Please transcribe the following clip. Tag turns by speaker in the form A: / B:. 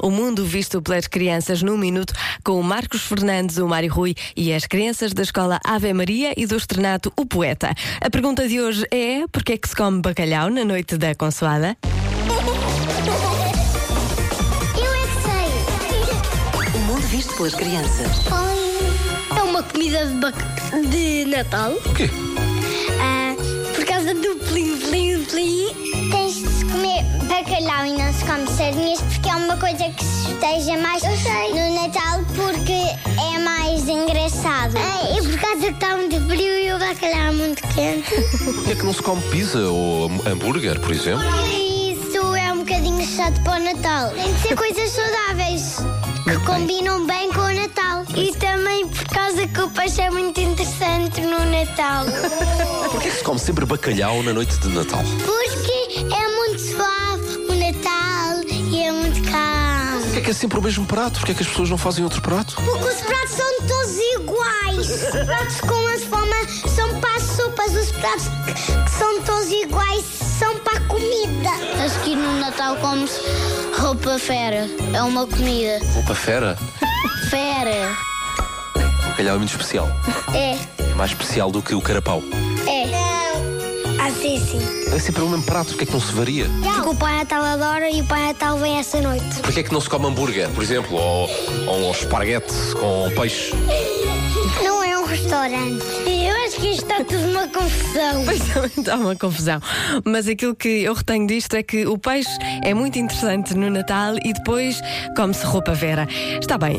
A: O mundo visto pelas crianças num minuto, com o Marcos Fernandes, o Mário Rui e as crianças da escola Ave Maria e do externato O Poeta. A pergunta de hoje é: porquê é que se come bacalhau na noite da consoada?
B: Eu é que sei.
C: O mundo visto pelas crianças.
B: Oi. É uma comida de, bac- de Natal.
D: quê?
B: Ah, por causa do plim, plim, plim. Tens de comer bacalhau e não se come sardinhas porque é uma coisa que se festeja mais no Natal porque é mais engraçado. É, por causa que está muito frio e o bacalhau é muito quente.
D: Porquê é que não se come pizza ou ham- hambúrguer, por exemplo?
B: Isso é um bocadinho chato para o Natal. Tem de ser coisas saudáveis que combinam bem com o Natal. E também por causa que o peixe é muito interessante no Natal.
D: Porquê é que se come sempre bacalhau na noite de Natal?
B: Porque é muito suave o Natal e é muito calmo.
D: Porquê é que é sempre o mesmo prato? Porquê é que as pessoas não fazem outro prato?
B: Porque os pratos são todos iguais. Os pratos com as formas são para as sopas. Os pratos que, que são todos iguais são para a comida. Acho que no Natal comes roupa fera. É uma comida.
D: Roupa fera.
B: Fera.
D: Bacalhau é muito especial.
B: É.
D: É mais especial do que o carapau.
B: É. Não. Assim sim.
D: É sempre o mesmo prato, porquê é que não se varia?
B: Porque o Pai Natal adora e o Pai Natal vem essa noite.
D: Porquê é que não se come hambúrguer, por exemplo, ou, ou um esparguete com peixe?
B: Não é um restaurante. Eu acho que isto está tudo uma confusão.
A: Pois está uma confusão. Mas aquilo que eu retenho disto é que o peixe é muito interessante no Natal e depois come-se roupa vera. Está bem,